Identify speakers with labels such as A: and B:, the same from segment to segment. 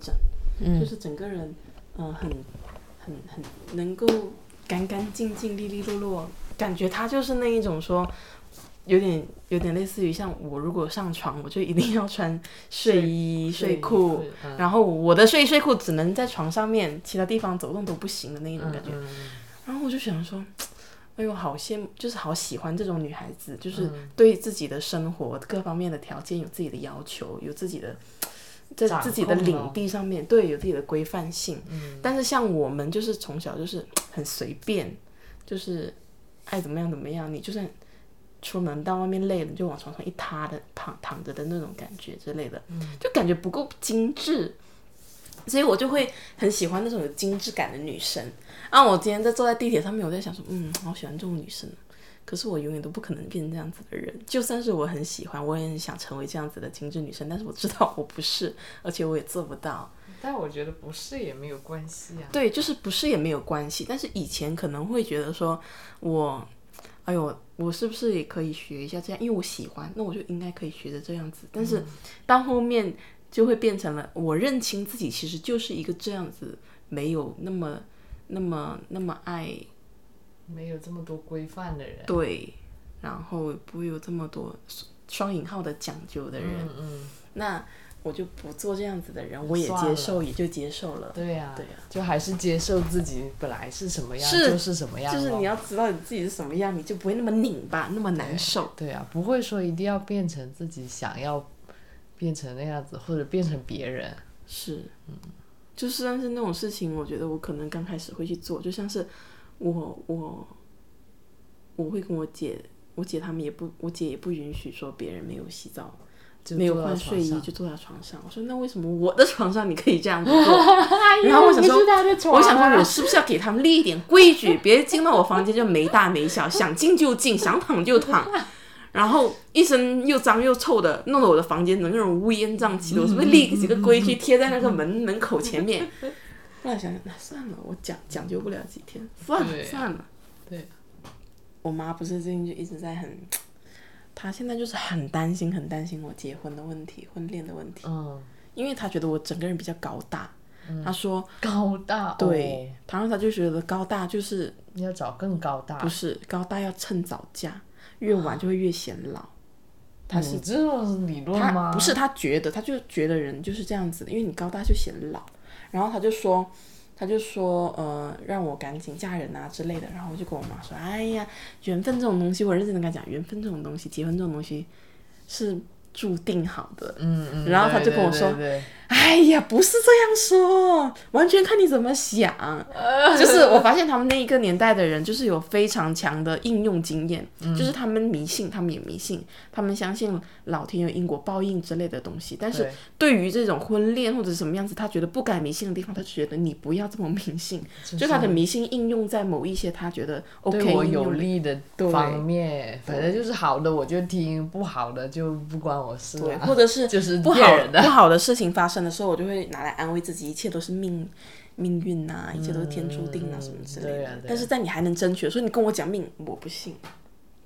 A: 整，
B: 嗯
A: 就是整个人嗯、呃很很很能够干干净净、利利落落，感觉他就是那一种说。有点有点类似于像我如果上床，我就一定要穿睡衣睡裤，，
B: 嗯
A: 然后我的睡衣睡裤只能在床上面，其他地方走动都不行的那一种
B: 嗯
A: 感觉。然后我就想说，哎呦，好羡慕，就是好喜欢这种女孩子，就是
B: 嗯
A: 对自己的生活各方面的条件有自己的要求，有自己的在
B: 掌控
A: 自己的
B: 了
A: 领地上面，对，有自己的规范性。
B: 嗯
A: 但是像我们就是从小就是很随便，就是爱怎么样怎么样，你就算出门到外面累了，你就往床上一塌的躺躺着的那种感觉之类的，就感觉不够精致。所以我就会很喜欢那种有精致感的女生。啊，我今天在坐在地铁上面，我在想说，嗯，好喜欢这种女生，可是我永远都不可能变成这样子的人。就算是我很喜欢，我也很想成为这样子的精致女生，但是我知道我不是，而且我也做不到。
B: 但我觉得不是也没有关系啊。
A: 对，就是不是也没有关系，但是以前可能会觉得说，我，哎呦，我是不是也可以学一下这样？因为我喜欢，那我就应该可以学的这样子。但
B: 嗯
A: 是到后面就会变成了，我认清自己其实就是一个这样子，没有那么、那么、那么爱
B: 没有这么多规范的人，
A: 对，然后不会有这么多双引号的讲究的人。
B: 嗯嗯，
A: 那我就不做这样子的人，我也
B: 算
A: 接
B: 了
A: 受，也就接受了。
B: 对呀、
A: 对呀啊
B: 就还是接受自己本来是什么样
A: 是
B: 就是什么样
A: 就
B: 咯，
A: 是你要知道你自己是什么样，你就不会那么拧巴，那么难受。
B: 对啊，不会说一定要变成自己想要变成那样子，或者变成别人。
A: 是，就是但是那种事情，我觉得我可能刚开始会去做，就像是我我我会跟我姐，我姐她们也不，我姐也不允许说别人没有洗澡。
B: 就
A: 没有
B: 坐到
A: 换
B: 床
A: 睡衣
B: 上，
A: 就坐在床上，我说那为什么我的床上你可以这样子做？然后我想说
B: 你是他的床啊
A: 我想说，我是不是要给他们立一点规矩， 别进到我房间就没大没小，想进就进，想躺就躺。然后一身又脏又臭的，弄得我的房间整个人乌烟瘴气的。我是不是立几个规矩贴在那个门门口前面？后来想想，那算了，我讲讲究不了几天，算了
B: 对
A: 算了。
B: 对，
A: 我妈不是最近就一直在很，她现在就是很担心，很担心我结婚的问题、婚恋的问题，
B: 嗯，
A: 因为她觉得我整个人比较高大。她说，
B: 高大，
A: 对
B: 哦，
A: 然后她就觉得高大就是
B: 你要找更高大
A: 不。是高大要趁早嫁，越
B: 啊
A: 晚就会越显老。
B: 他是这种理论
A: 嗯他
B: 吗？
A: 不是他觉得，他就觉得人就是这样子的，因为你高大就显老。然后他就说，他就说，呃，让我赶紧嫁人啊之类的。然后我就跟我妈说，哎呀，缘分这种东西，我认真的跟她讲，缘分这种东西，结婚这种东西是注定好的。
B: 嗯，嗯
A: 然后他就跟我说
B: 对对对
A: 哎呀，不是这样说，完全看你怎么想。
B: 呃
A: 就是我发现他们那一个年代的人，就是有非常强的应用经验，
B: 嗯
A: 就是他们迷信，他们也迷信，他们相信老天有因果报应之类的东西。但是
B: 对
A: 对于这种婚恋或者什么样子，他觉得不该迷信的地方，他就觉得你不要这么迷信，
B: 就是
A: 就他的迷信应用在某一些他觉得 OK
B: 对我
A: 应
B: 有
A: 用
B: 利的
A: 对
B: 方面，反正就是好的我就听，不好的就不关我事
A: 对，
B: 啊。
A: 或者是
B: 就是
A: 不好
B: 骗人的
A: 不好的事情发生的时候，我就会拿来安慰自己，一切都是命命运呐、一切都是天注定啊，什么之类的。
B: 对啊对啊
A: 但是在你还能争取的时候，你跟我讲命，我不信，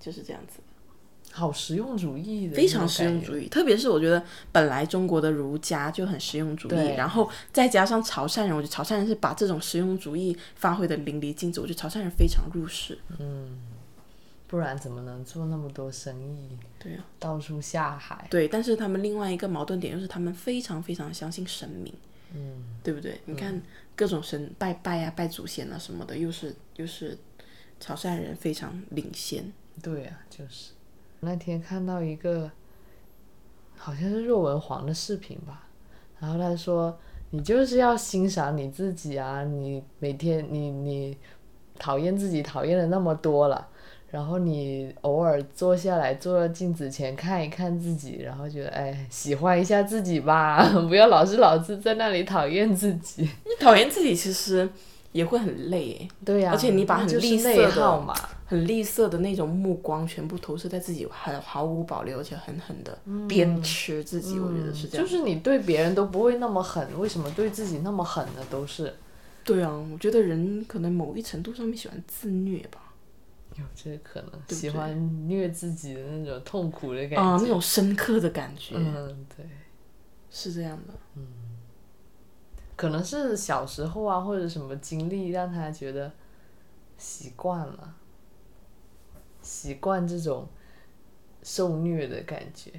A: 就是这样子，
B: 好实用主义的那种感觉，
A: 非常实用主义。特别是我觉得本来中国的儒家就很实用主义，
B: 对
A: 然后再加上潮汕人，我觉得潮汕人是把这种实用主义发挥的淋漓尽致，我觉得潮汕人非常入世。
B: 不然怎么能做那么多生意，
A: 对啊，
B: 到处下海？
A: 对，但是他们另外一个矛盾点就是他们非常非常相信神明，嗯，对不对？你看各种神拜拜啊、拜祖先啊什么的，又是又是潮汕人非常领先，
B: 对啊，就是那天看到一个好像是若文皇的视频吧，然后他说你就是要欣赏你自己啊，你每天你你讨厌自己讨厌的那么多了。然后你偶尔坐下来，坐到镜子前看一看自己，然后觉得哎，喜欢一下自己吧， 不要老是老是在那里讨厌自己。
A: 你讨厌自己其实也会很累耶，
B: 对呀、
A: 而且你把很
B: 那就是
A: 吝啬
B: 内
A: 的
B: 耗嘛，
A: 很吝啬的那种目光全部投射在自己，很毫无保留而且狠狠的鞭笞自己，我觉得是这样。
B: 嗯就是你对别人都不会那么狠，为什么对自己那么狠呢？都是
A: 对啊，我觉得人可能某一程度上面喜欢自虐吧。
B: 有这个可能，
A: 对不对
B: 喜欢虐自己的那种痛苦的感
A: 啊、
B: 觉。嗯
A: 那种深刻的感觉、
B: 嗯，对，
A: 是这样的。
B: 可能是小时候啊或者什么经历让他觉得习惯了，习惯这种受虐的感觉，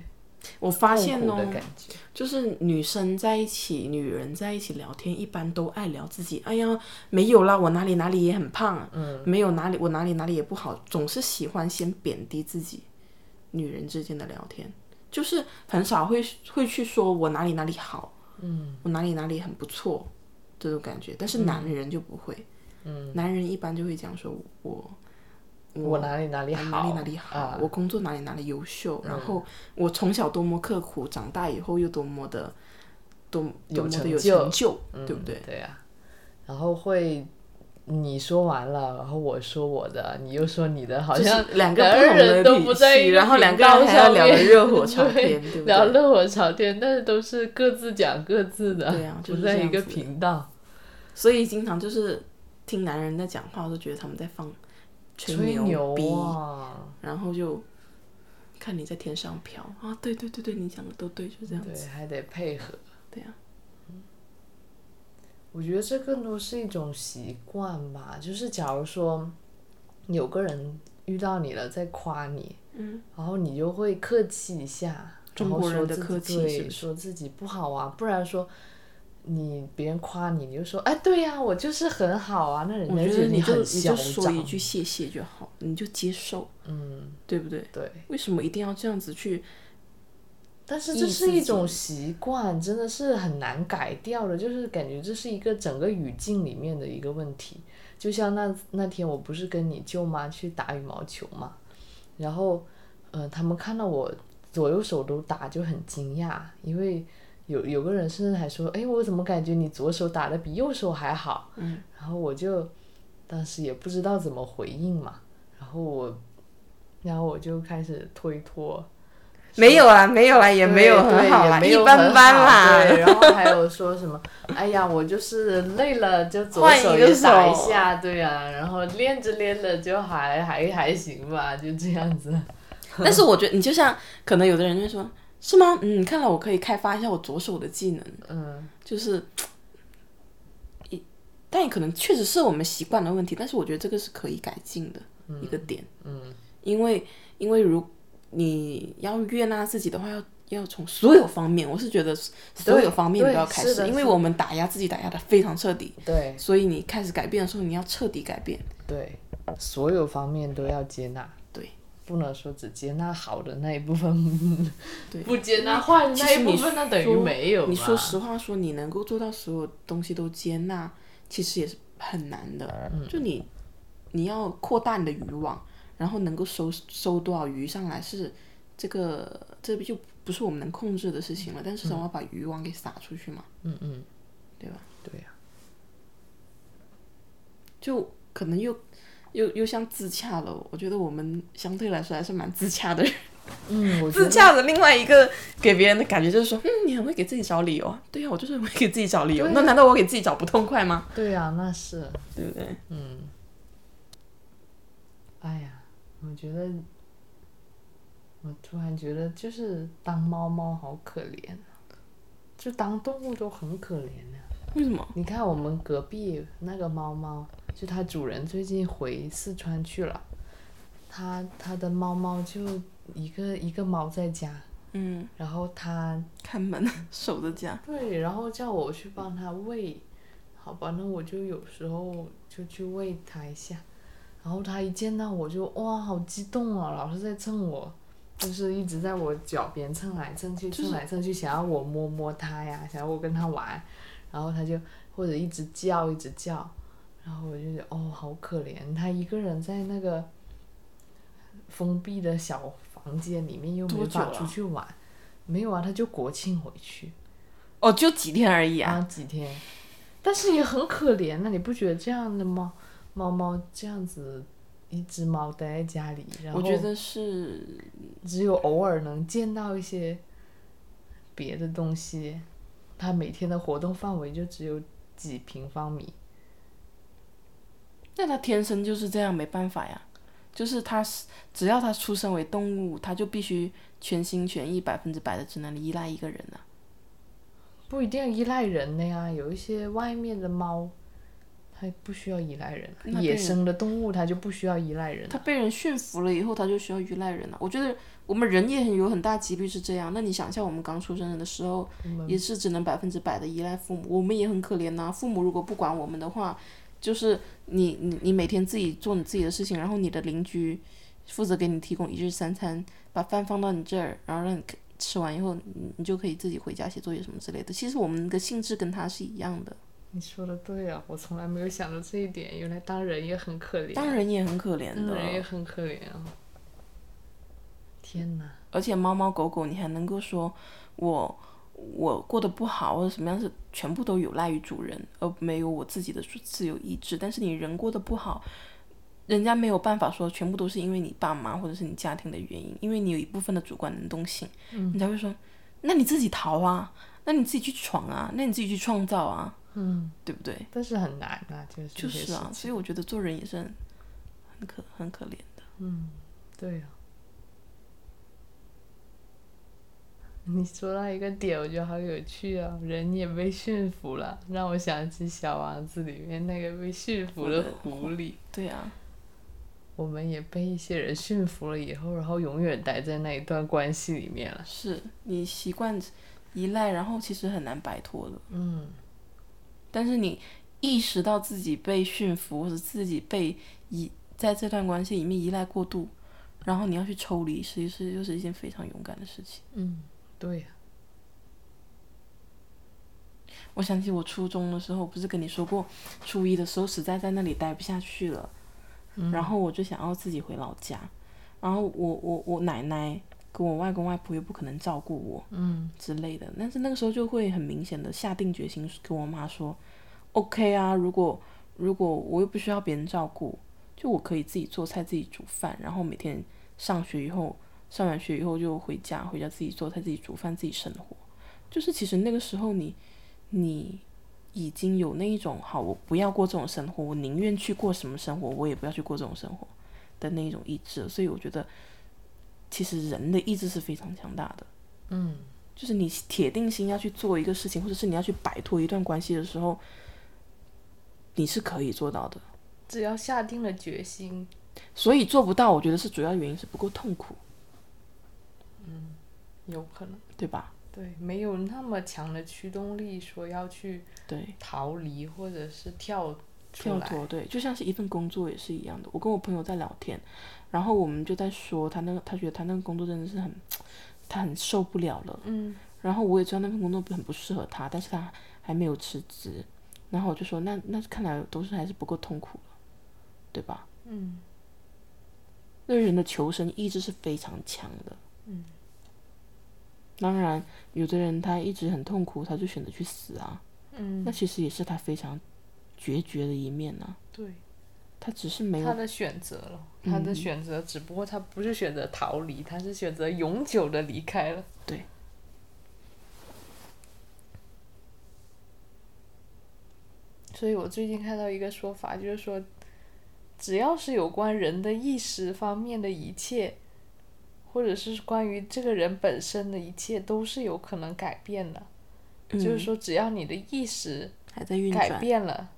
A: 我发现
B: 痛苦
A: 哦，
B: 的感觉，
A: 就是女生在一起，女人在一起聊天，一般都爱聊自己。哎呀，没有啦，我哪里哪里也很胖，嗯，没有哪里我哪里哪里也不好，总是喜欢先贬低自己。女人之间的聊天，就是很少会会去说我哪里哪里好，嗯，我哪里哪里很不错这种感觉。但是男人就不会，嗯，男人一般就会讲说我
B: 我哪里哪里好，
A: 哎哪里哪里好，
B: 啊，嗯
A: 我工作哪里哪里优秀，然后我从小多么刻苦，长大以后又多么的多多
B: 有
A: 么
B: 成
A: 的有
B: 就
A: 成就，对不
B: 嗯
A: 对？？
B: 对呀、然后会你说完了，然后我说我的，你又说你的，好
A: 就是
B: 像
A: 两个不同的
B: 人都
A: 体
B: 不在一
A: 系
B: 个
A: 然后两
B: 频
A: 个人
B: 道
A: 还要
B: 上
A: 聊
B: 面
A: 得热火朝 天对不
B: 聊
A: 对
B: 热火朝天，但是都是各自讲各自的，
A: 对啊就是
B: 不
A: 这
B: 在一
A: 样
B: 个
A: 子
B: 频道。
A: 所以经常就是听男人在讲话，我都觉得他们在放
B: 吹
A: 牛逼，
B: 啊！
A: 然后就看你在天上飘啊！对对对对，你讲的都对，就是这样
B: 对，
A: 子。
B: 还得配合。嗯
A: 对啊，
B: 我觉得这更多是一种习惯吧，就是假如说有个人遇到你了，在夸你，
A: 嗯，
B: 然后你就会客气一下，
A: 中国人的客气
B: 然后说自己
A: 是
B: 对
A: 不
B: 说自己不好啊，不然说你别人夸你，你就说哎，对呀、我就是很好啊，那人
A: 我
B: 家
A: 觉得
B: 你
A: 就
B: 很
A: 你
B: 嚣
A: 就说一
B: 张，
A: 句谢谢就好，你就接受，
B: 嗯，
A: 对不对？
B: 对。
A: 为什么一定要这样子去？
B: 但是
A: 抑
B: 这是一嗯
A: 制
B: 种习惯，真的是很难改掉的，就是感觉这是一个整个语境里面的一个问题。就像那那天我不是跟你舅妈去打羽毛球嘛，然后，呃，他们看到我左右手都打就很惊讶，因为有有个人甚至还说，哎，我怎么感觉你左手打的比右手还好？
A: 嗯，
B: 然后我就当时也不知道怎么回应嘛，然后我，然后我就开始推脱。
A: 没有啦，没有啦，啊也没有
B: 对
A: 很好
B: 对
A: 啦，
B: 也没有
A: 一般般
B: 很好对，
A: 啦。
B: 然后还有说什么，哎呀，我就是累了就左手也打一下，对呀、然后练着练着就还还还行吧，就这样子。
A: 但是我觉得你就像，可能有的人就会说，是吗？嗯，看来我可以开发一下我左手的技能，
B: 嗯，
A: 就是，一，但也可能确实是我们习惯的问题，但是我觉得这个是可以改进的一个点。
B: 嗯，
A: 因为因为如你要悦纳自己的话，要要从所有方面，我是觉得所有方面你
B: 对
A: 都要开
B: 是
A: 始，
B: 的
A: 因
B: 是
A: 为
B: 的
A: 我们打压自己打压的非常彻底，
B: 对
A: 所以你开始改变的时候，你要彻底改变。
B: 对，所有方面都要接纳。
A: 对，
B: 不能说只接纳好的那一部分，
A: 对
B: 不接纳坏的
A: 其
B: 那
A: 实
B: 一
A: 你
B: 部分，那等于
A: 说
B: 没有嘛。啊
A: 你说实话说，你能够做到所有东西都接纳，其实也是很难的。
B: 嗯
A: 就你，你要扩大你的渔网，然后能够收收多少鱼上来是这个，这就不是我们能控制的事情了。但是总要把渔网给撒出去嘛，
B: 嗯嗯，
A: 对吧？
B: 对呀、
A: 就可能又又又像自洽了。我觉得我们相对来说还是蛮自洽的人。
B: 嗯，我觉
A: 自
B: 得
A: 洽的另外一个给别人的感觉就是说，嗯，你很会给自己找理由啊。对呀、我就是很会给自己找理由。那难道我给自己找不痛快吗？
B: 对呀、那是。
A: 对不对？
B: 嗯，哎呀，我觉得，我突然觉得，就是当猫猫好可怜啊，就当动物都很可怜啊。
A: 为什么？
B: 你看我们隔壁那个猫猫，就它主人最近回四川去了，它它的猫猫就一个一个猫在家，
A: 嗯，
B: 然后它
A: 看门守着家。
B: 对，然后叫我去帮它喂，好吧，那我就有时候就去喂它一下，然后它一见到我就哇，好激动啊，老是在蹭我，就是一直在我脚边蹭来蹭去，
A: 就是
B: 蹭来蹭去，想要我摸摸它呀，想要我跟它玩，然后它就或者一直叫一直叫，然后我就觉得哦，好可怜，它一个人在那个封闭的小房间里面，又没
A: 多久
B: 法出
A: 了
B: 去玩，没有啊，它就国庆回去。
A: 哦，就几天而已啊。
B: 啊几天，但是也很可怜呐、你不觉得这样的猫猫猫这样子一只猫待在家里，啊然后
A: 我觉得是，
B: 只有偶尔能见到一些别的东西，它每天的活动范围就只有几平方米，
A: 那它天生就是这样，没办法呀。就是它是，只要它出生为动物，它就必须全心全意、百分之百的只能依赖一个人啊。
B: 不一定要依赖人的呀，有一些外面的猫，它不需要依赖人，
A: 那
B: 野
A: 对
B: 生的动物它就不需要依赖人。
A: 它被人驯服了以后，它就需要依赖人了。啊我觉得我们人也很有很大几率是这样。那你想一下，我们刚出生的时候，
B: 嗯
A: 也是只能百分之百的依赖父母，我们也很可怜呐、父母如果不管我们的话，就是你你你每天自己做你自己的事情，然后你的邻居负责给你提供一日三餐，把饭放到你这儿，然后让你吃完以后，你你就可以自己回家写作业什么之类的。其实我们的性质跟他是一样的。
B: 你说的对啊，我从来没有想到这一点，原来当人也很可怜，
A: 当然也很可怜
B: 当人也
A: 的，
B: 很可怜啊！天哪，
A: 而且猫猫狗狗你还能够说我我过得不好或者什么样是全部都有赖于主人，而没有我自己的自自由意志。但是你人过得不好，人家没有办法说全部都是因为你爸妈或者是你家庭的原因，因为你有一部分的主观能动性，
B: 嗯
A: 你才会说，那你自己逃啊，那你自己去闯啊，那你自己去创造啊，
B: 嗯，
A: 对不对？
B: 但是很难啊，就是
A: 就
B: 这些
A: 是啊，
B: 事
A: 所以我觉得做人也是很很可很可怜的。
B: 对啊。你说到一个点，我觉得好有趣啊！人也被驯服了，让我想起《小王子》里面那个被驯服的狐狸。
A: 对啊，
B: 我们也被一些人驯服了以后，然后永远待在那一段关系里面了。
A: 是你习惯依赖，然后其实很难摆脱的。
B: 嗯，
A: 但是你意识到自己被驯服，或者自己被依在这段关系里面依赖过度，然后你要去抽离，其实是又是一件非常勇敢的事情。
B: 嗯，对呀、
A: 我想起我初中的时候，不是跟你说过，初一的时候实在在那里待不下去了，然后我就想要自己回老家，然后我我我奶奶跟我外公外婆又不可能照顾我，
B: 嗯
A: 之类的。但是那个时候就会很明显的下定决心跟我妈说，OK 啊，如果如果我又不需要别人照顾，就我可以自己做菜、自己煮饭，然后每天上学以后，上完学以后就回家，回家自己做菜、自己煮饭、自己生活。就是其实那个时候你你已经有那一种好，我不要过这种生活，我宁愿去过什么生活，我也不要去过这种生活的那一种意志了。所以我觉得，其实人的意志是非常强大的。
B: 嗯，
A: 就是你铁定心要去做一个事情，或者是你要去摆脱一段关系的时候，你是可以做到的。
B: 只要下定了决心，
A: 所以做不到，我觉得是主要原因是不够痛苦，
B: 有可能
A: 对吧？
B: 对，没有那么强的驱动力，说要去
A: 对，
B: 逃离或者是跳出
A: 跳
B: 来。
A: 脱对，就像是一份工作也是一样的。我跟我朋友在聊天，然后我们就在说他那个，他觉得他那个工作真的是很，他很受不了了。
B: 嗯
A: 然后我也知道那份工作不很不适合他，但是他还没有辞职。然后我就说，那那看来都是还是不够痛苦了，对吧？
B: 嗯
A: 那人的求生意志是非常强的。
B: 嗯，
A: 当然，有的人他一直很痛苦，他就选择去死啊，那
B: 嗯，
A: 其实也是他非常决绝的一面啊。
B: 对，
A: 他只是没
B: 他
A: 有，
B: 的选择了，他的选择，只不过他不是选择逃离，他是选择永久的离开了。
A: 对。
B: 所以我最近看到一个说法，就是说，只要是有关人的意识方面的一切，或者是关于这个人本身的一切，都是有可能改变的。就是
A: 嗯
B: 说，只要你的意识
A: 还在运
B: 改
A: 转。
B: 变了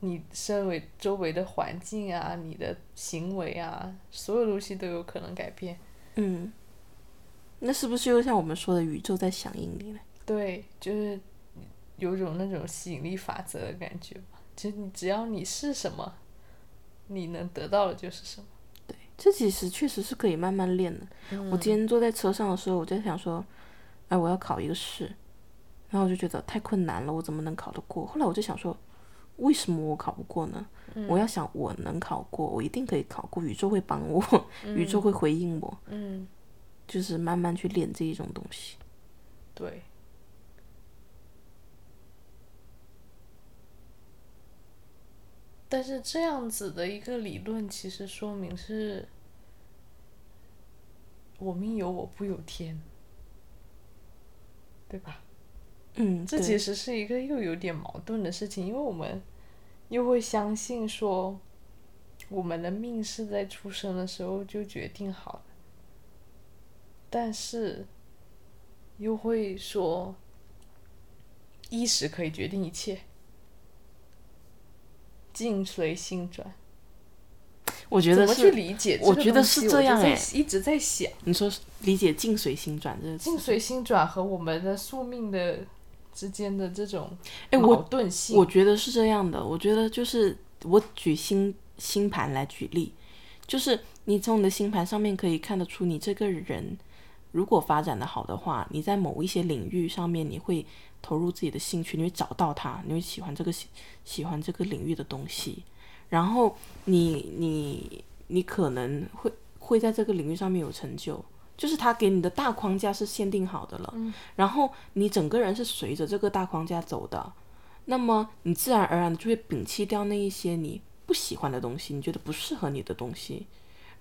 B: 你身为周围的环境啊，你的行为啊，所有东西都有可能改变。
A: 嗯，那是不是又像我们说的宇宙在响应你呢？
B: 对，就是有种那种吸引力法则的感觉吧。就你只要你是什么，你能得到的就是什么。
A: 对，这其实确实是可以慢慢练的。我
B: 嗯
A: 今天坐在车上的时候，我在想说，哎，我要考一个试，然后我就觉得太困难了，我怎么能考得过？后来我就想说，为什么我考不过呢？我要
B: 嗯
A: 想我能考过，我一定可以考过，宇宙会帮我， 宇宙会回应我，
B: 嗯，
A: 就是慢慢去练这一种东西。
B: 对。但是这样子的一个理论，其实说明是“我命由我不由天”，对吧？
A: 嗯，
B: 这
A: 对
B: 其实是一个又有点矛盾的事情，因为我们又会相信说，我们的命是在出生的时候就决定好的，但是又会说，衣食可以决定一切，境随心转。
A: 我觉得
B: 怎么去
A: 是，
B: 理解？
A: 我觉得是这样
B: 哎
A: 哎，
B: 一直在想
A: 你说是理解“境随心转”这个词
B: 境，随心转和我们的宿命的之间的这种
A: 哎，
B: 矛
A: 我
B: 盾性。
A: 我觉得是这样的，我觉得就是我举星星盘来举例，就是你从你的星盘上面可以看得出，你这个人如果发展的好的话，你在某一些领域上面你会投入自己的兴趣，你会找到它，你会喜欢这个喜喜欢这个领域的东西，然后你你你可能会会在这个领域上面有成就。就是他给你的大框架是限定好的了，然后你整个人是随着这个大框架走的，那么你自然而然的就会摒弃掉那一些你不喜欢的东西，你觉得不适合你的东西，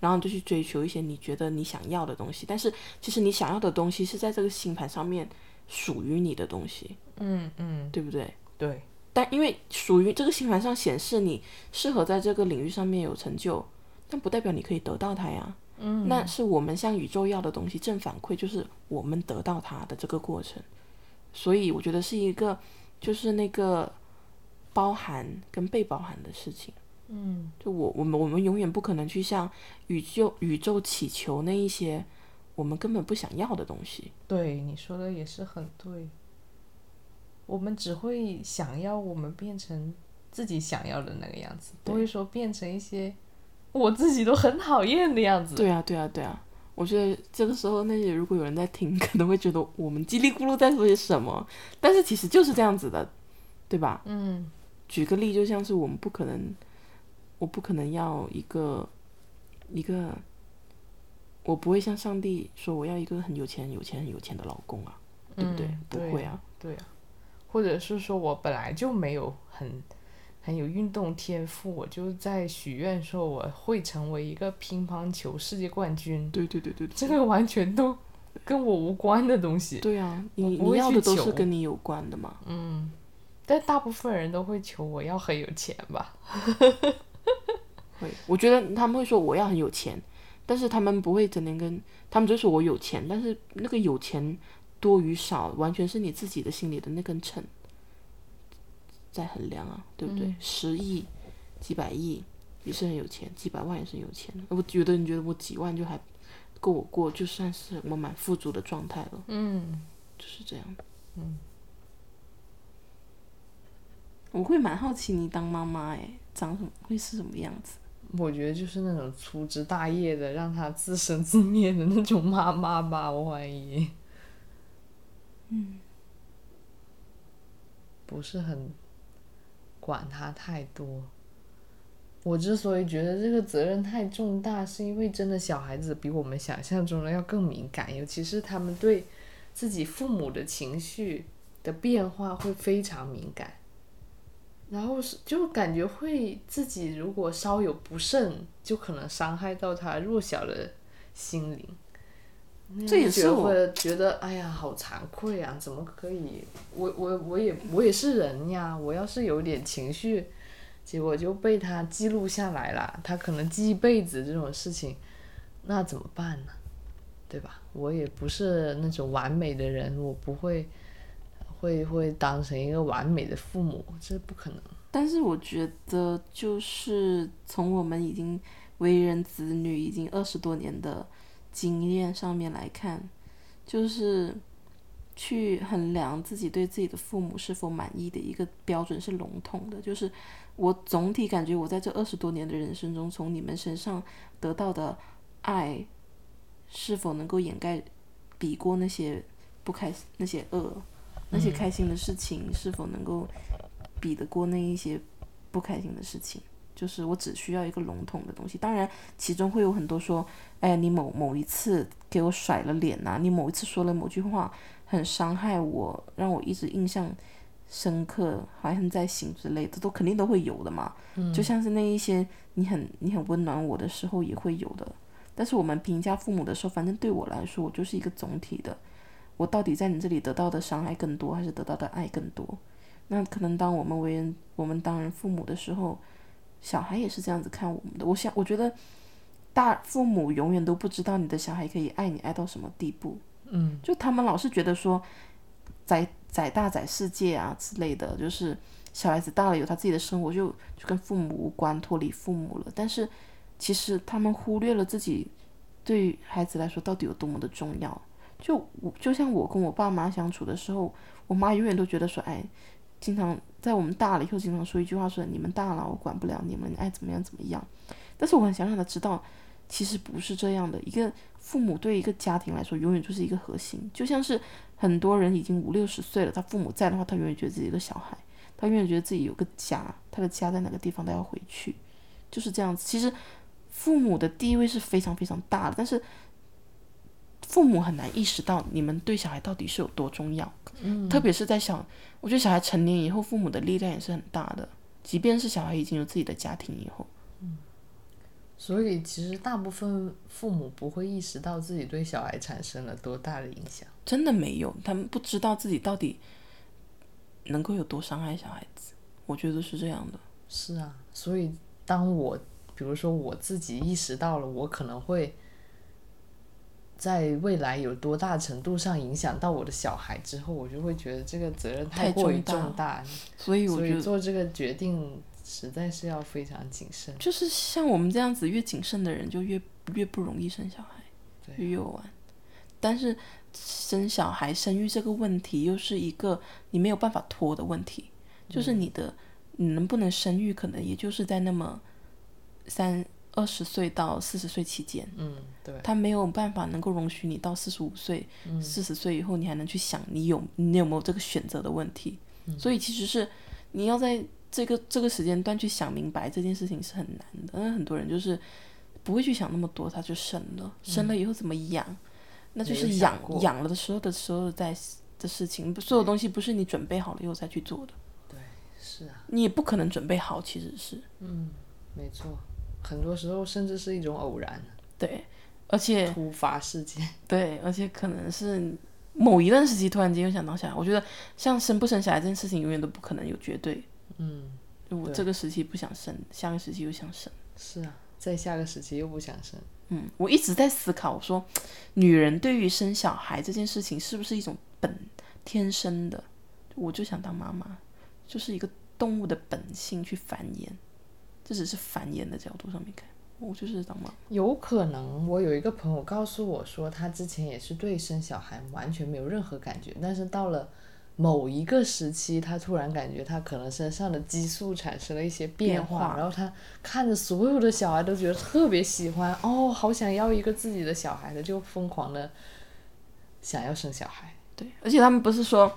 A: 然后你就去追求一些你觉得你想要的东西。但是其实你想要的东西是在这个星盘上面属于你的东西，
B: 嗯嗯，
A: 对不对？
B: 对，
A: 但因为属于这个星盘上显示你适合在这个领域上面有成就，但不代表你可以得到它呀。嗯，那是我们向宇宙要的东西，正反馈就是我们得到它的这个过程。所以我觉得是一个，就是那个包含跟被包含的事情。
B: 嗯
A: 就我我们我们永远不可能去向宇宙宇宙祈求那一些我们根本不想要的东西。
B: 对，你说的也是很对。我们只会想要我们变成自己想要的那个样子，不
A: 对
B: 会说变成一些我自己都很讨厌的样子。
A: 对啊，对啊，对啊！我觉得这个时候，那些如果有人在听， 可能会觉得我们叽里咕噜在说些什么，但是其实就是这样子的，对吧？
B: 嗯
A: 举个例，就像是我们不可能，我不可能要一个一个，我不会向上帝说我要一个很有钱、很有钱、很有钱的老公啊，对不对？
B: 嗯
A: 不
B: 对
A: 会啊，
B: 对啊，或者是说我本来就没有很很有运动天赋，我就在许愿说我会成为一个乒乓球世界冠军，
A: 对对对对对
B: 这个完全都跟我无关的东西。
A: 对啊，
B: 我
A: 你
B: 不会
A: 你要
B: 去
A: 的都
B: 求
A: 是跟你有关的嘛。
B: 嗯，但大部分人都会求我要很有钱吧？
A: 会，我觉得他们会说我要很有钱，但是他们不会整天跟他们就说我有钱，但是那个有钱多与少，完全是你自己的心里的那根秤在衡量啊，对不对？
B: 嗯
A: 十亿、几百亿也是很有钱，几百万也是很有钱。我觉得你觉得我几万就还够我过，就算是我蛮富足的状态了，
B: 嗯
A: 就是这样。嗯，我会蛮好奇你当妈妈哎，长什么会是什么样子？
B: 我觉得就是那种粗枝大叶的，让他自生自灭的那种妈妈吧，我怀疑。嗯，不是很管他太多。我之所以觉得这个责任太重大，是因为真的小孩子比我们想象中的要更敏感，尤其是他们对自己父母的情绪的变化会非常敏感。然后是就感觉会自己如果稍有不慎，就可能伤害到他弱小的心灵。
A: 这也是我
B: 会觉得哎呀，好惭愧啊！怎么可以？我我我也我也是人呀！我要是有点情绪，结果就被他记录下来了，他可能记一辈子这种事情，那怎么办呢？对吧？我也不是那种完美的人，我不会会会当成一个完美的父母，这不可能。
A: 但是我觉得，就是从我们已经为人子女已经二十多年的经验上面来看，就是去衡量自己对自己的父母是否满意的一个标准是笼统的。就是我总体感觉，我在这二十多年的人生中，从你们身上得到的爱，是否能够掩盖、比过那些不开心、那些恶、那些开心的事情，是否能够比得过那一些不开心的事情。就是我只需要一个笼统的东西，当然其中会有很多说，哎，你某某一次给我甩了脸呐、你某一次说了某句话很伤害我，让我一直印象深刻，怀恨在心之类的，都肯定都会有的嘛。就像是那一些你很你很温暖我的时候也会有的，但是我们评价父母的时候，反正对我来说，我就是一个总体的，我到底在你这里得到的伤害更多，还是得到的爱更多？那可能当我们为人，我们当人父母的时候，小孩也是这样子看我们的。我想，我觉得大父母永远都不知道你的小孩可以爱你爱到什么地步，
B: 嗯
A: 就他们老是觉得说，在载大载世界啊之类的，就是小孩子大了有他自己的生活，就就跟父母无关，脱离父母了。但是其实他们忽略了自己对于孩子来说到底有多么的重要。就我就像我跟我爸妈相处的时候，我妈永远都觉得说，哎，经常在我们大了以后，经常说一句话说，你们大了，我管不了你们，你爱怎么样怎么样。但是我很想让他知道，其实不是这样的。一个父母对一个家庭来说，永远就是一个核心。就像是很多人已经五六十岁了，他父母在的话，他永远觉得自己一个小孩，他永远觉得自己有个家，他的家在哪个地方，他要回去，就是这样子。其实父母的地位是非常非常大的，但是父母很难意识到你们对小孩到底是有多重要。嗯，特别是在小，我觉得小孩成年以后，父母的力量也是很大的。即便是小孩已经有自己的家庭以后，
B: 所以其实大部分父母不会意识到自己对小孩产生了多大的影响。
A: 真的没有，他们不知道自己到底能够有多伤害小孩子。我觉得是这样的。
B: 是啊，所以当我比如说我自己意识到了，我可能会在未来有多大程度上影响到我的小孩之后，我就会觉得这个责任
A: 太
B: 过于
A: 重大
B: 重大，
A: 所以我
B: 所
A: 觉
B: 以
A: 得，
B: 做这个决定实在是要非常谨慎。
A: 就是像我们这样子越谨慎的人，就越越不容易生小孩，
B: 对
A: 越有玩。但是生小孩、生育这个问题，又是一个你没有办法拖的问题。就是你的，你能不能生育，可能也就是在那么三二十岁到四十岁期间。
B: 嗯，对，
A: 他没有办法能够容许你到四十五岁、
B: 嗯
A: 四十、岁以后，你还能去想你有你有没有这个选择的问题。
B: 嗯
A: 所以其实是你要在这个这个时间段去想明白这件事情是很难的，因为很多人就是不会去想那么多，他就生了，生了以后怎么养，那就
B: 嗯没有
A: 是
B: 想
A: 养
B: 过
A: 养了的时候的时候在的事情，所有东西不是你准备好了以后再去做的，
B: 是啊，
A: 你也不可能准备好，其实是
B: 没错，很多时候甚至是一种偶然、
A: 对，而且
B: 突发事件。
A: 对，而且可能是某一段时期突然间又想到小孩，我觉得像生不生小孩这件事情永远都不可能有绝对。嗯，我
B: 对
A: 这个时期不想生，下个时期又想生。
B: 是啊，在下个时期又不想生。
A: 嗯，我一直在思考，我说女人对于生小孩这件事情是不是一种本天生的？我就想当妈妈，就是一个动物的本性去繁衍，这只是繁衍的角度上面看，我就是当妈妈。
B: 有可能，我有一个朋友告诉我说，他之前也是对生小孩完全没有任何感觉，但是到了某一个时期，他突然感觉他可能身上的激素产生了一些变
A: 变
B: 化，
A: 化
B: 然后他看着所有的小孩都觉得特别喜欢，哦，好想要一个自己的小孩的，就疯狂的想要生小孩。
A: 对，而且他们不是说，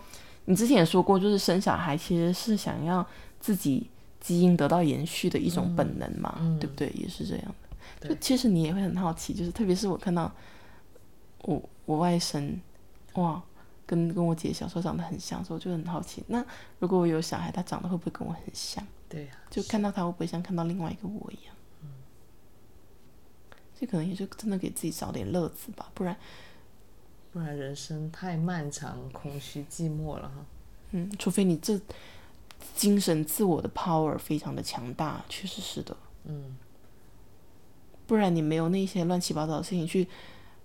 A: 你之前也说过，就是生小孩其实是想要自己基因得到延续的一种本能嘛，
B: 嗯
A: 对不对？也是这样的。就
B: 对
A: 其实你也会很好奇，就是特别是我看到我我外甥，哇，跟跟我姐小时候长得很像，所以我就很好奇，那如果我有小孩，他长得会不会跟我很像？
B: 对啊呀、
A: 就看到他会不会像看到另外一个我一样？
B: 嗯
A: 这可能也就真的给自己找点乐子吧，不然，
B: 不然人生太漫长、空虚、寂寞了哈。
A: 嗯，除非你这精神自我的 power 非常的强大，确实是的，
B: 嗯，
A: 不然你没有那些乱七八糟的事情去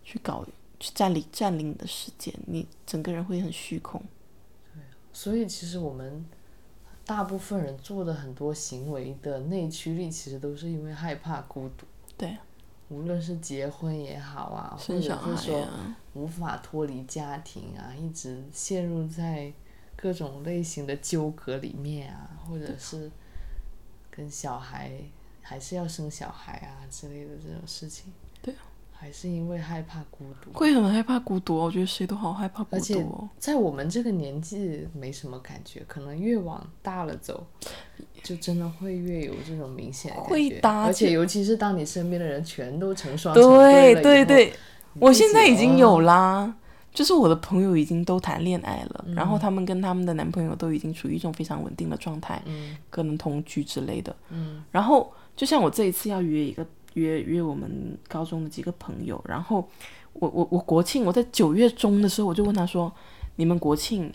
A: 去搞，去占领占领你的时间，你整个人会很虚空。
B: 所以其实我们大部分人做的很多行为的内驱力，其实都是因为害怕孤独。
A: 对，
B: 无论是结婚也好啊，或
A: 生
B: 者
A: 小
B: 是
A: 孩
B: 说
A: 啊，
B: 无法脱离家庭啊，一直陷入在各种类型的纠葛里面啊，或者是跟小孩还是要生小孩啊之类的这种事情。
A: 对
B: 还是因为害怕孤独。
A: 会很害怕孤独哦。我觉得谁都好害怕孤
B: 而且
A: 独哦。
B: 在我们这个年纪没什么感觉，可能越往大了走，就真的会越有这种明显的感
A: 会
B: 觉。
A: 搭
B: 而且
A: 起
B: 尤其是当你身边的人全都成双成
A: 对
B: 了以
A: 对
B: 后，
A: 对，
B: 你
A: 我
B: 自己
A: 现在已经
B: 哦嗯
A: 有啦。就是我的朋友已经都谈恋爱了，然后他们跟他们的男朋友都已经处于一种非常稳定的状态，
B: 嗯
A: 可能同居之类的。
B: 嗯
A: 然后就像我这一次要约一个约约我们高中的几个朋友，然后我我我国庆我在九月中的时候我就问他说，你们国庆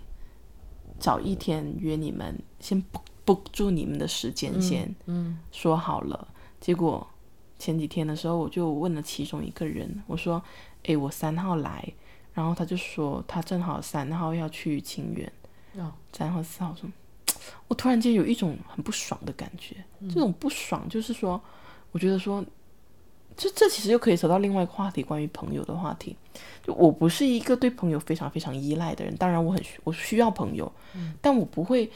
A: 找一天约你们，先 book book 住你们的时间先、
B: 嗯
A: 说好了。结果前几天的时候我就问了其中一个人，我说，诶，我三号来，然后他就说他正好三号要去清远。
B: 哦
A: 然后思考说，我突然间有一种很不爽的感觉。这种不爽就是说，我觉得说，这这其实又可以走到另外一个话题，关于朋友的话题。就我不是一个对朋友非常非常依赖的人，当然我很需我需要朋友，但我不会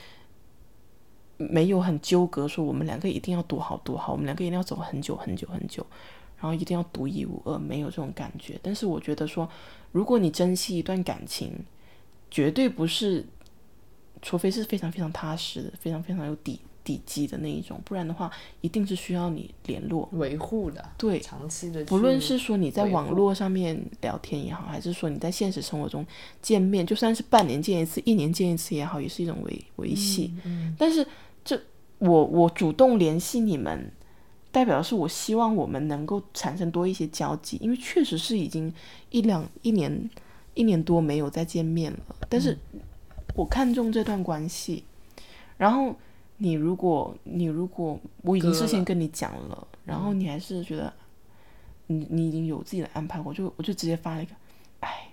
A: 没有很纠葛，说我们两个一定要多好多好，我们两个一定要走很久很久很久，然后一定要独一无二，没有这种感觉。但是我觉得说，如果你珍惜一段感情，绝对不是，除非是非常非常踏实的、非常非常有底底基的那一种，不然的话，一定是需要你联络。
B: 维护的，
A: 对，
B: 长期的去，
A: 不论是说你在
B: 维护
A: 网络上面聊天也好，还是说你在现实生活中见面，就算是半年见一次、一年见一次也好，也是一种维维
B: 嗯
A: 系。但是这我我主动联系你们，代表是我希望我们能够产生多一些交集，因为确实是已经一两一年一年多没有再见面了。但是我看重这段关系，然后你如果你如果我已经
B: 割
A: 事先
B: 了
A: 跟你讲了，然后你还是觉得你你已经有自己的安排，我就我就直接发了一个，哎，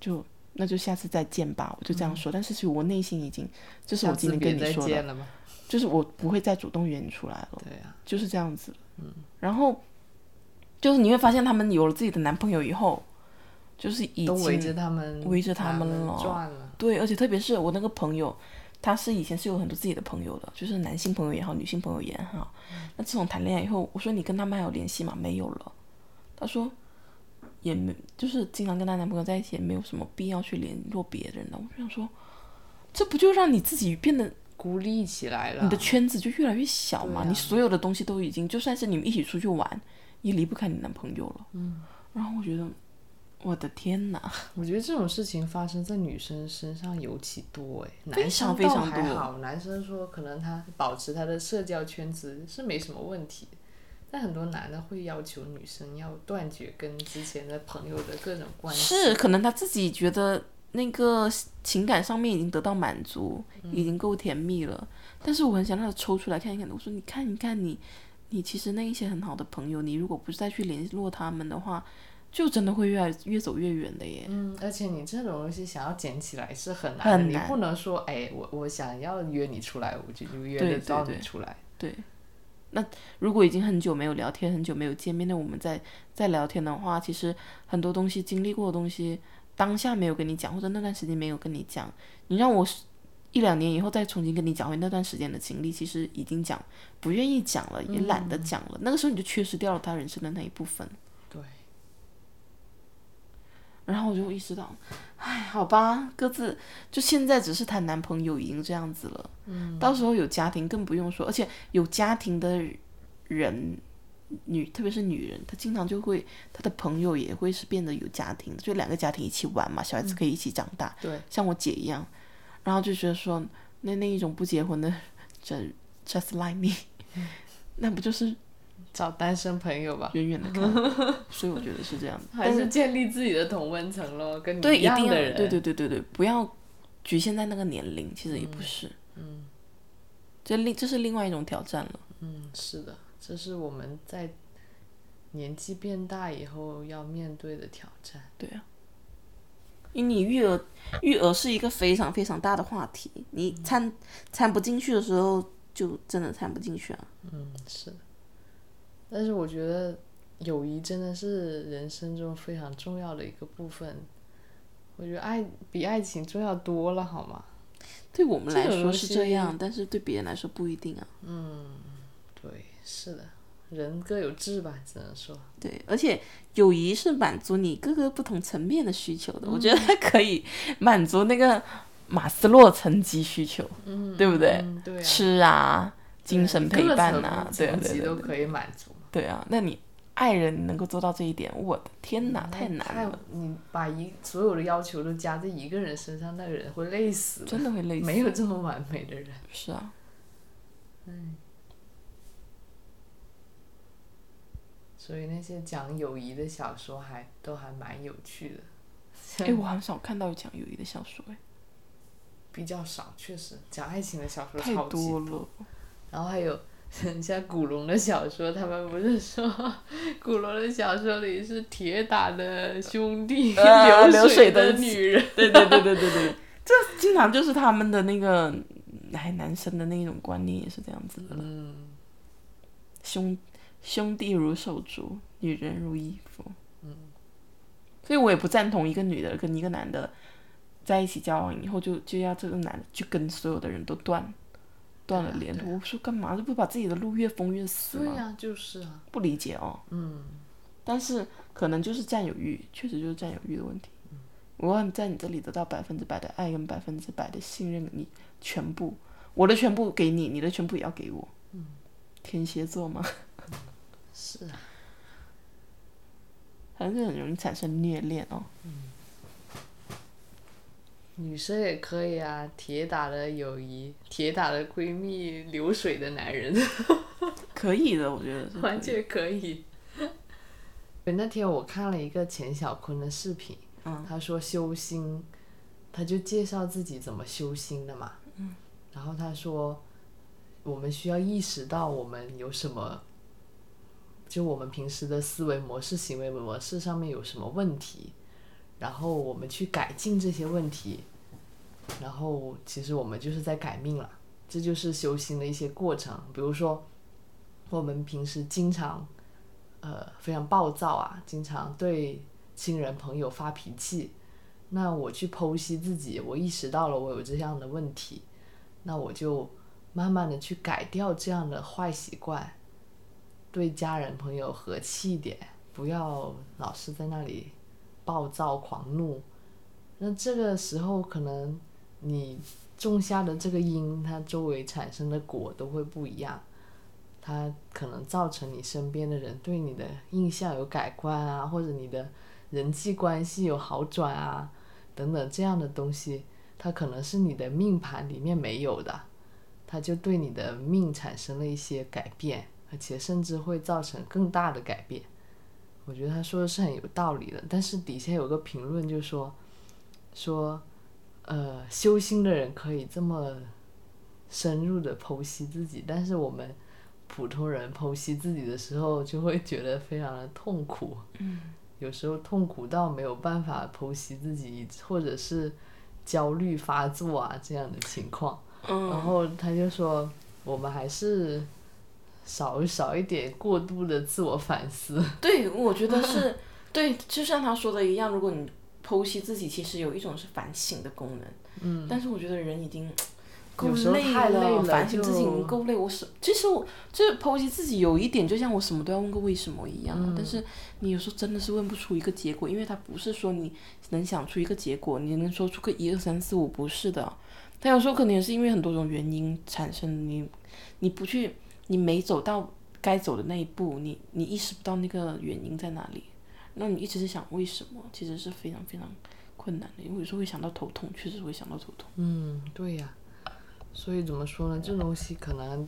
A: 就那就下次再见吧，我就这样说。但是其实我内心已经，这是我
B: 下
A: 今
B: 次
A: 天
B: 别
A: 跟你
B: 再
A: 说的，
B: 见了嘛，
A: 就是我不会再主动约你出来了。
B: 对啊，
A: 就是这样子。嗯，然后就是你会发现，他们有了自己的男朋友以后，就是已
B: 都围着
A: 经
B: 他们，
A: 围着他
B: 把
A: 们
B: 们
A: 了
B: 转了，
A: 对，而且特别是我那个朋友，他是以前是有很多自己的朋友的，就是男性朋友也好，女性朋友也好。
B: 嗯
A: 那自从谈恋爱以后，我说你跟他们还有联系吗？没有了。他说也没，就是经常跟她男朋友在一起，也没有什么必要去联络别人了。我就想说，这不就让你自己变得
B: 孤立起来了，
A: 你的圈子就越来越小嘛，
B: 对啊
A: 你所有的东西都已经，就算是你们一起出去玩，也离不开你男朋友了。嗯，然后我觉得，我的天哪，
B: 我觉得这种事情发生在女生身上尤其多哎，
A: 非
B: 男生
A: 常非
B: 倒
A: 常
B: 还
A: 多
B: 好，男生说可能他保持他的社交圈子是没什么问题，但很多男的会要求女生要断绝跟之前的朋友的各种关系，
A: 是可能他自己觉得那个情感上面已经得到满足，已经够甜蜜了，但是我很想让他抽出来看一看。我说，你看一看你，你其实那一些很好的朋友，你如果不再去联络他们的话，就真的会越来越走越远的耶。
B: 嗯，而且你这种东西想要捡起来是很难的，
A: 很难
B: 你不能说哎，我我想要约你出来，我就就约
A: 对
B: 得到
A: 对
B: 你
A: 对
B: 出来，
A: 对，那如果已经很久没有聊天，很久没有见面，那我们再再聊天的话，其实很多东西经历过的东西，当下没有跟你讲，或者那段时间没有跟你讲，你让我是一两年以后再重新跟你讲回那段时间的经历，其实已经讲不愿意讲了，也懒得讲了。那个时候你就缺失掉了他人生的那一部分。
B: 对
A: 然后我就意识到，哎，好吧，各自就现在只是谈男朋友已经这样子了，嗯，到时候有家庭更不用说，而且有家庭的人，女特别是女人，她经常就会她的朋友也会是变得有家庭的，就两个家庭一起玩嘛，小孩子可以一起长大，
B: 对，
A: 像我姐一样，然后就觉得说，那那一种不结婚的，这 just like me，那
B: 嗯
A: 不就是
B: 找单身朋友吧，
A: 远远的看，所以我觉得是这样，
B: 还
A: 但
B: 是建立自己的同温层咯，跟你
A: 对，
B: 一
A: 一定
B: 样
A: 要
B: 的人，
A: 对对对对对，不要局限在那个年龄，其实也不是，嗯，这另这是另外一种挑战了，
B: 嗯，是的，这是我们在年纪变大以后要面对的挑战。
A: 对啊，因为你育儿育儿是一个非常非常大的话题，你掺掺不进去的时候，就真的掺不进去啊，
B: 嗯，是的。但是我觉得友谊真的是人生中非常重要的一个部分。我觉得爱比爱情重要多了，好吗？
A: 对我们
B: 这
A: 来
B: 种
A: 说
B: 东
A: 是
B: 西
A: 这样，但是对别人来说不一定啊，
B: 对，是的，人各有志吧，只能说。
A: 对，而且友谊是满足你各个不同层面的需求的，
B: 嗯
A: 我觉得它可以满足那个马斯洛层级需求，嗯，对不对？
B: 嗯，对啊，
A: 吃啊，精神陪伴
B: 啊
A: 啊，，对啊
B: 各层
A: 对
B: 级
A: 啊对
B: 都
A: 啊
B: 可以满足。
A: 对啊，那你爱人能够做到这一点，我的天哪，
B: 那
A: 太难了，！
B: 你把一所有的要求都加在一个人身上，那个人会累死的。
A: 真的会累死。
B: 没有这么完美的人。
A: 是啊，
B: 所以那些讲友谊的小说还都还蛮有趣的。
A: 哎，我很少看到有讲友谊的小说，哎，
B: 比较少，确实讲爱情的小说
A: 太
B: 超级
A: 多 了。
B: 然后还有 像古龙的小说，他们不是说古龙的小说里是铁打的兄弟，
A: 啊
B: 流
A: 流水的
B: 的女人，
A: 对对对对对对，这经常就是他们的那个，哎，男生的那种观念也是这样子的了。
B: 嗯
A: 兄兄弟如手足，女人如衣服。嗯，所以我也不赞同一个女的跟一个男的在一起交往以后就就要这个男的去跟所有的人都断断
B: 啊
A: 了联络。我说干嘛？这不把自己的路越封越死
B: 对
A: 吗？
B: 呀、就是啊，
A: 不理解哦。
B: 嗯，
A: 但是可能就是占有欲，确实就是占有欲的问题。我很在你这里得到百分之百的爱跟百分之百的信任，你全部，我的全部给你，你的全部也要给我。嗯，天蝎座嘛，
B: 是啊，
A: 还是很容易产生虐恋哦。
B: 女生也可以啊，铁打的友谊，铁打的闺蜜，流水的男人，
A: 可以的，我觉得是可以
B: 完全可以。对那天我看了一个钱小坤的视频，
A: 嗯
B: 他说修心，他就介绍自己怎么修心的嘛。然后他说，我们需要意识到我们有什么，就我们平时的思维模式、行为模式上面有什么问题，然后我们去改进这些问题，然后其实我们就是在改命了。这就是修心的一些过程，比如说我们平时经常呃非常暴躁啊，经常对亲人朋友发脾气。那我去剖析自己，我意识到了我有这样的问题，那我就慢慢的去改掉这样的坏习惯，对家人朋友和气一点，不要老是在那里暴躁狂怒。那这个时候可能你种下的这个因，它周围产生的果都会不一样。它可能造成你身边的人对你的印象有改观啊，或者你的人际关系有好转啊，等等这样的东西，它可能是你的命盘里面没有的，它就对你的命产生了一些改变，而且甚至会造成更大的改变。我觉得他说的是很有道理的，但是底下有个评论就说，说，呃，修心的人可以这么深入的剖析自己，但是我们普通人剖析自己的时候，就会觉得非常的痛苦。嗯，有时候痛苦到没有办法剖析自己，或者是焦虑发作啊这样的情况。
A: 嗯
B: 然后他就说，我们还是少少一点过度的自我反思。
A: 对，我觉
B: 啊
A: 得是对，就像他说的一样，如果你剖析自己，其实有一种是反省的功能。嗯，但是我觉得人已经够
B: 有时候
A: 累
B: 太累了
A: 反省自己已经
B: 就
A: 够累。我什其实我就是剖析自己有一点，就像我什么都要问个为什么一样啊、
B: 嗯
A: 但是你有时候真的是问不出一个结果，因为它不是说你能想出一个结果，你能说出个一二三四五，不是的。它有时候可能也是因为很多种原因产生的你，你不去，你没走到该走的那一步，你你意识不到那个原因在哪里，那你一直是想为什么，其实是非常非常困难的，因为有时候会想到头痛，确实会想到头痛。
B: 嗯，对呀、所以怎么说呢？这东西可能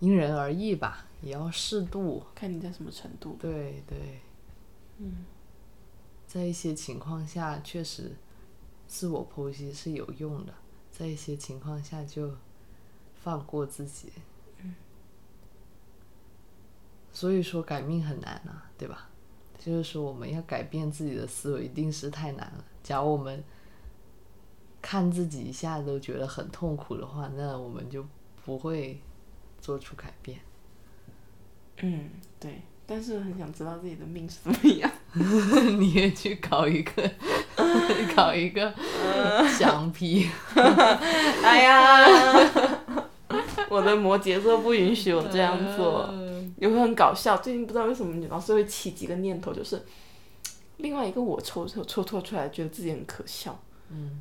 B: 因人而异吧，也要适度。
A: 看你在什么程度，
B: 对对，嗯，在一些情况下确实自我剖析是有用的，在一些情况下就放过自己。嗯，所以说改命很难啊，对吧？就是说我们要改变自己的思维，一定是太难了。假如我们看自己一下都觉得很痛苦的话，那我们就不会做出改变。
A: 嗯，对。但是很想知道自己的命是怎么样。
B: 你也去搞 一个，搞一个
A: 嗯
B: 橡皮，
A: 哎呀， 我的摩羯座不允许我这样 做。
B: 呃
A: 有个很搞笑，最近不知道为什么老是会起几个念头，就是另外一个我抽抽抽抽出来，觉得自己很可笑。
B: 嗯，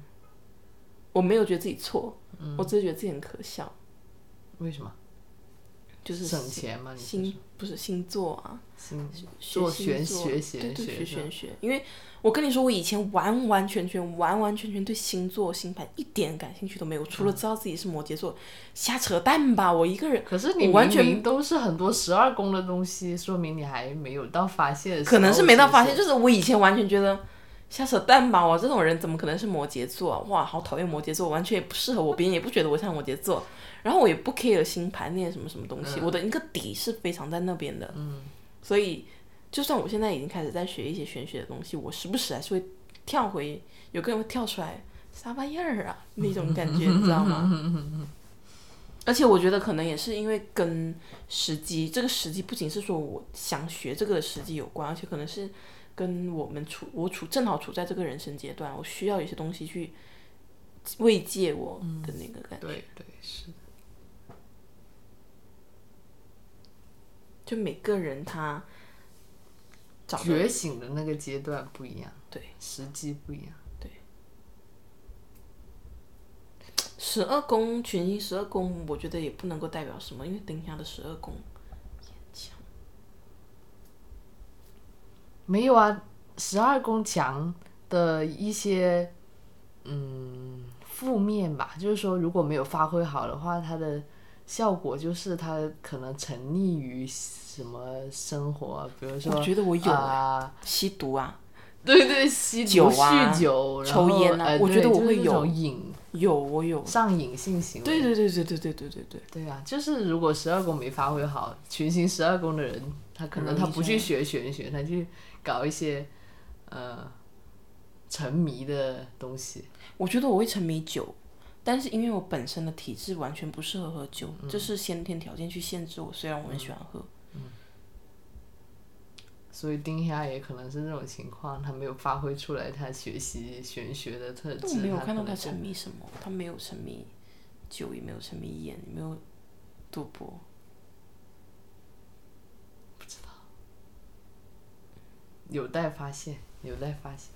A: 我没有觉得自己错，我只是觉得自己很可笑，
B: 为什么？
A: 就是
B: 省钱嘛，你是
A: 星不是星座啊，
B: 心
A: 学
B: 做
A: 星
B: 玄
A: 座
B: 学学
A: 对对
B: 学
A: 学
B: 的
A: 玄学，因为我跟你说，我以前完完全全完完全全对星座星盘一点感兴趣都没有，
B: 嗯
A: 除了知道自己是摩羯座，瞎扯淡吧，我一个人。
B: 可是你
A: 我完
B: 明
A: 全
B: 明都是很多十二宫的东西，说明你还没有到发泄的时候。
A: 可能是没到发现，
B: 是
A: 就是我以前完全觉得瞎扯淡吧，我这种人怎么可能是摩羯座、啊？哇，好讨厌摩羯座，完全也不适合我，别人也不觉得我像摩羯座，然后我也不 care 星盘那些什么什么东
B: 嗯
A: 西，我的一个底是非常在那边的，嗯，所以就算我现在已经开始在学一些玄学的东西，我时不时还是会跳回，有个人会跳出来。啥玩意儿 啊那种感觉，你知道吗？而且我觉得可能也是因为跟时机，这个时机不仅是说我想学这个时机有关，而且可能是跟我们处我处正好处在这个人生阶段，我需要有些东西去慰藉我的那个感觉。
B: 对对是的，
A: 就每个人他找的
B: 觉醒的那个阶段不一样，
A: 对，
B: 时机不一样。
A: 十二宫群星十二宫，我觉得也不能够代表什么，因为丁香的十二宫也很强。
B: 没有啊，十二宫强的一些嗯负面吧，就是说如果没有发挥好的话，它的效果就是它可能沉溺于什么生活啊，比如说
A: 我觉得我有
B: 啊，
A: 吸毒啊，
B: 对对，吸毒、
A: 酒啊
B: 酗酒、然
A: 抽
B: 后
A: 烟啊
B: 呃
A: 我觉得
B: 对
A: 我
B: 就是
A: 会
B: 那
A: 有
B: 种瘾
A: 有我有。
B: 上瘾性行为。
A: 对对对对对对对对对，
B: 对啊，就是如果十二宫没发挥好，群星十二宫的人，他可能
A: 很容易
B: 他不去学玄学，他去搞一些呃沉迷的东西。
A: 我觉得我会沉迷酒，但是因为我本身的体质完全不适合喝酒，这是先天条件去限制我。虽然我很喜欢喝，
B: 所以丁夏也可能是这种情况，他没有发挥出来他学习玄学的特
A: 但我
B: 质。
A: 没有看到
B: 可
A: 他
B: 能
A: 沉迷什么，他没有沉迷酒，也没有沉迷烟，也没有赌博。
B: 有待发现，有待发现。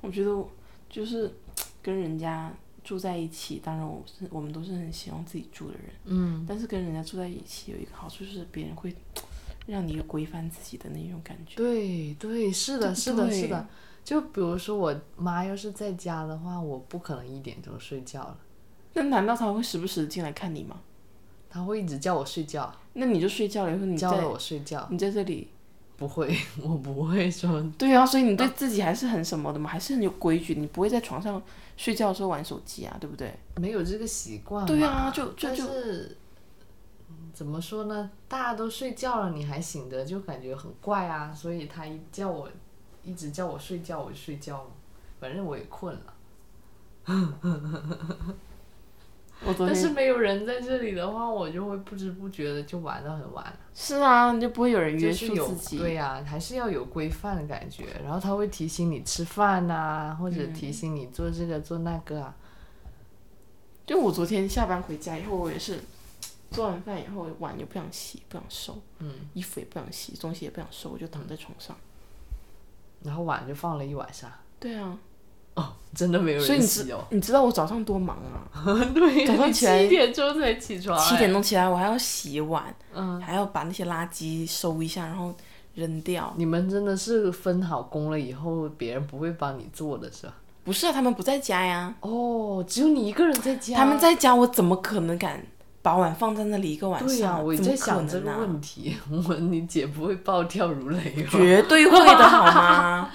A: 我觉得我就是跟人家住在一起，当然我是我们都是很希望自己住的人，
B: 嗯，
A: 但是跟人家住在一起有一个好处就是别人会让你规范自己的那种感觉。
B: 对对，是的，
A: 对
B: 是的，
A: 对
B: 是的。就比如说我妈要是在家的话，我不可能一点钟睡觉了，
A: 那难道他会时不时进来看你吗？
B: 她会一直叫我睡觉，
A: 那你就睡觉了，以后你
B: 叫
A: 在
B: 了我嗯睡觉。
A: 你在这里，
B: 不会， 我不会说
A: 对啊，所以你对自己还是很什么的嘛，还是很有规矩，你不会在床上睡觉的时候玩手机啊，对不对？
B: 没有这个习惯嘛。
A: 对啊，就就
B: 但
A: 就是
B: 嗯怎么说呢？大家都睡觉了，你还醒着，就感觉很怪啊。所以他一叫我，一直叫我睡觉，我就睡觉了。反正我也困了，
A: 我昨
B: 但
A: 天
B: 是没有人在这里的话，我就会不知不觉的就玩到很晚了，
A: 是啊，你就不会有人
B: 就
A: 约
B: 是
A: 束
B: 有
A: 自己，
B: 对呀、还是要有规范的感觉。然后他会提醒你吃饭呐、或
A: 嗯
B: 者提醒你做这个做那个啊。
A: 就我昨天下班回家以后，我也是做完饭以后碗又不想洗，不想收，
B: 嗯，
A: 衣服也不想洗，东西也不想收，我就躺在床上。
B: 然后碗就放了一晚上，
A: 对啊，
B: 哦，真的没有
A: 所以
B: 人
A: 你
B: 洗
A: 知
B: 哦。
A: 你知道我早上多忙啊？
B: 对
A: 早上
B: 你
A: 起来
B: 七点钟才起床、哎
A: 七点，钟起来，我还要洗碗，
B: 嗯，
A: 还要把那些垃圾收一下，然后扔掉。
B: 你们真的是分好工了以后，别人不会帮你做的是吧？
A: 不是啊，他们不在家呀，
B: 哦，只有你一个人在家，
A: 他们在家，我怎么可能敢把碗放在那里一个晚上？
B: 对呀、我也
A: 怎么
B: 在
A: 可
B: 想这
A: 能啊
B: 个
A: 呢？
B: 问题，我你姐不会暴跳如雷哦吧？
A: 绝对会的好吗？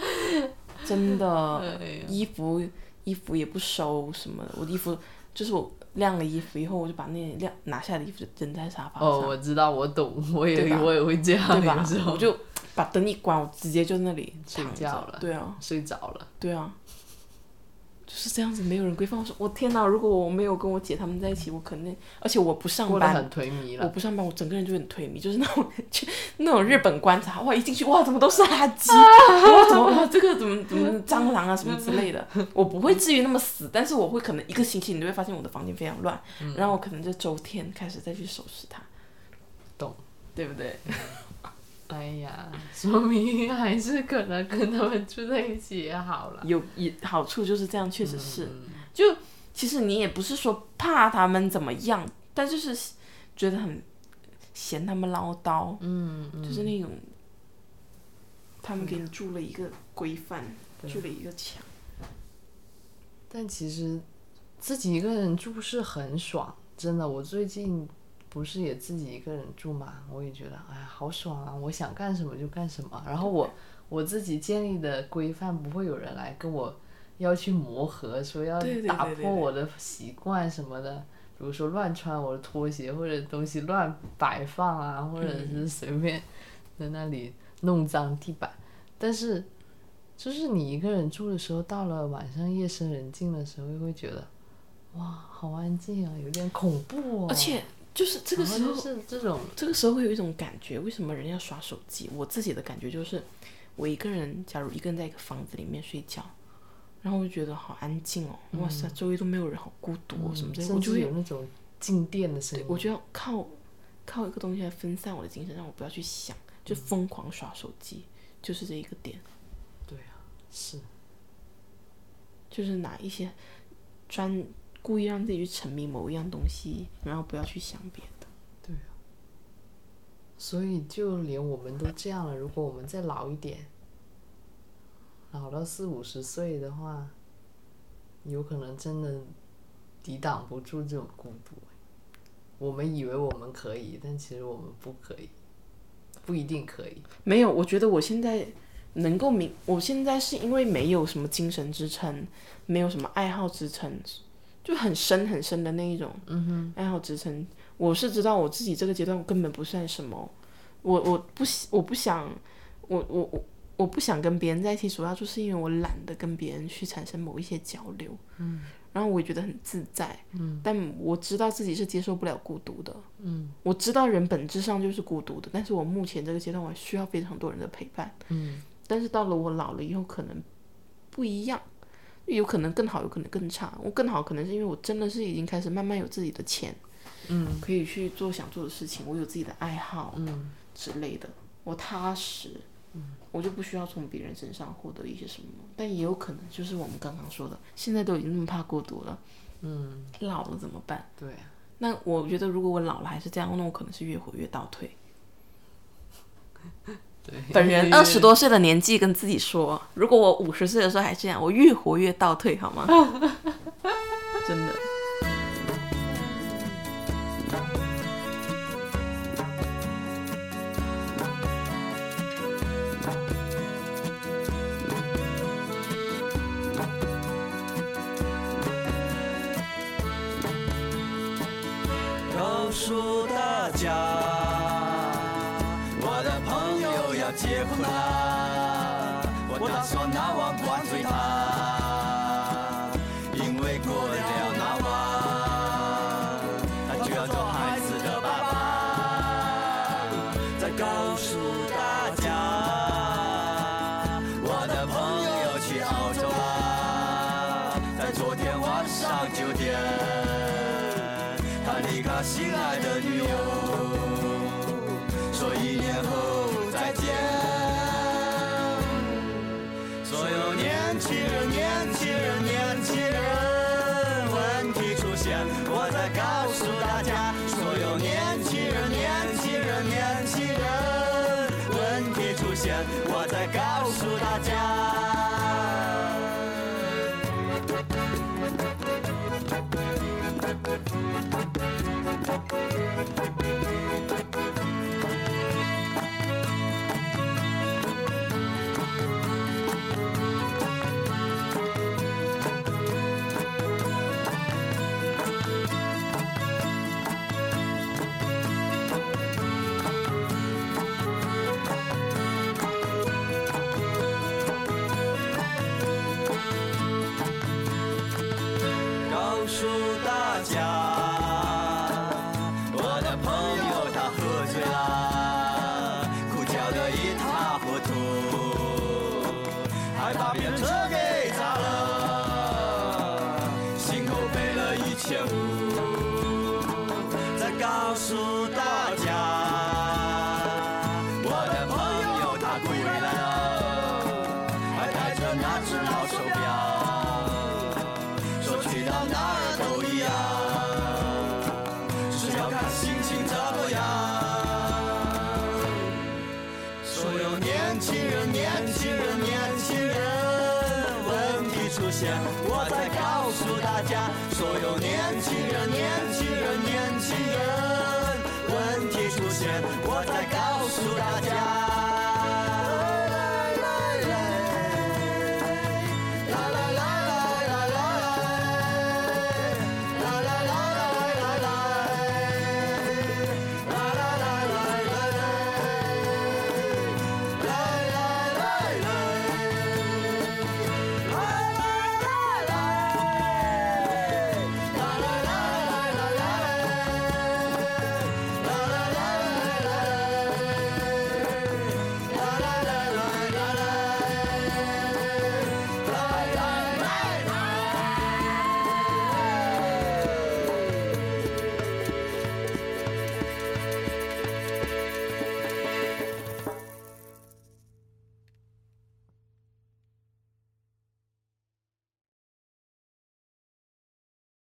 A: 真的。
B: 哎呀
A: 衣服衣服也不收什么的，我的衣服就是我晾了衣服以后，我就把那晾拿下来的衣服就扔在沙发上，
B: 哦，我知道，我懂，我也
A: 对吧
B: 我也会这样，
A: 对吧
B: 有时？候
A: 我就把灯一关，我直接就那里
B: 睡
A: 躺着
B: 觉了
A: 对啊，
B: 睡着了。
A: 对啊，就是这样子，没有人规范。我说我天哪！如果我没有跟我姐他们在一起，我肯定，而且我不上
B: 过得
A: 班。
B: 很颓靡
A: 我
B: 了，
A: 不上班，我整个人就很颓靡， 就是那种去那种日本观察，哇，一进去哇，怎么都是垃圾，哇，怎么哇，这个怎么怎么蟑螂啊什么之类的，我不会至于那么死，但是我会可能一个星期你就会发现我的房间非常乱，然后我可能就周天开始再去收拾它，
B: 懂？
A: 对不对？
B: 哎呀，说明还是可能跟他们住在一起也好了。
A: 有也好处就是这样，确实是，
B: 嗯
A: 就其实你也不是说怕他们怎么样，但就是觉得很嫌他们唠叨，
B: 嗯，嗯
A: 就是那种他们给你筑了一个规范，
B: 对
A: 筑了一个墙。
B: 但其实自己一个人住是很爽，真的。我最近不是也自己一个人住嘛，我也觉得哎呀好爽啊！我想干什么就干什么。然后我我自己建立的规范不会有人来跟我要去磨合，说要
A: 对对对
B: 打
A: 对
B: 破我的习惯什么的。比如说乱穿我的拖鞋，或者东西乱摆放啊，
A: 嗯
B: 或者是随便在那里弄脏地板。但是就是你一个人住的时候，到了晚上夜深人静的时候，会觉得，哇，好安静啊，有点恐怖哦。
A: 而且就是这个时
B: 然
A: 候
B: 后就，是这种，
A: 这个时候会有一种感觉，为什么人要刷手机？我自己的感觉就是，我一个人，假如一个人在一个房子里面睡觉，然后我就觉得好安静哦，
B: 嗯
A: 哇塞，周围都没有人，好孤独哦，什么之类的，
B: 甚
A: 我就
B: 至
A: 会，
B: 有那种静电的声
A: 对
B: 音。
A: 我就要靠靠一个东西来分散我的精神，让我不要去想，就疯狂刷手机，就是这一个点，
B: 对啊，是，
A: 就是拿一些专故意让自己去沉迷某一样东西，然后不要去想别的。
B: 所以就连我们都这样了。如果我们再老一点，老到四五十岁的话，有可能真的抵挡不住这种孤独。我们以为我们可以，但其实我们不可以，不一定可以。
A: 没有，我觉得我现在能够明，我现在是因为没有什么精神支撑，没有什么爱好支撑，就很深很深的那一种，嗯哼，爱好支撑。我是知道我自己这个阶段我根本不算什么，我我不喜我不想，我我我我不想跟别人在一起，主要就是因为我懒得跟别人去产生某一些交流，嗯，然后我也觉得很自在，嗯，但我知道自己是接受不了孤独的，我知道人本质上就是孤独的，但是我目前这个阶段我还需要非常多人的陪伴。嗯，但是到了我老了以后，可能不一样，有可能更好，有可能更差。我更好可能是因为我真的是已经开始慢慢有自己的钱，嗯，可以去做想做的事情，我有自己的爱好，嗯之类的，我踏实。我就不需要从别人身上获得一些什么，但也有可能就是我们刚刚说的，现在都已经那么怕孤独了，嗯，老了怎么办？
B: 对啊，
A: 那我觉得，如果我老了还是这样，那我可能是越活越倒退。
B: 对，
A: 本人二十多岁的年纪跟自己说，如果我五十岁的时候还这样，我越活越倒退，好吗？真的。
C: 告诉大家，我的朋友要结婚啦，我打算拿碗灌醉他，因为过了那晚，他就要做孩子的爸爸。再告诉大家，我的朋友去澳洲啦，在昨天晚上九点。他离开心爱的女友，说一年后再见。所有年轻人，年轻人，年轻人，问题出现，我在告诉大家，所有年轻人，年轻人，年轻人，问题出现，我在告诉大家。告诉大家，我的朋友他喝醉啦，哭叫得一塌糊涂，还把别人车给砸了，心口赔了一千五。再告诉大家，我的朋友他归来了，还带着那只老手表。说去到哪儿都一样，只是要看心情怎么样。所有年轻人，年轻人，年轻人，问题出现，我在告诉大家，所有年轻人，年轻人，年轻人，问题出现，我在告诉大家。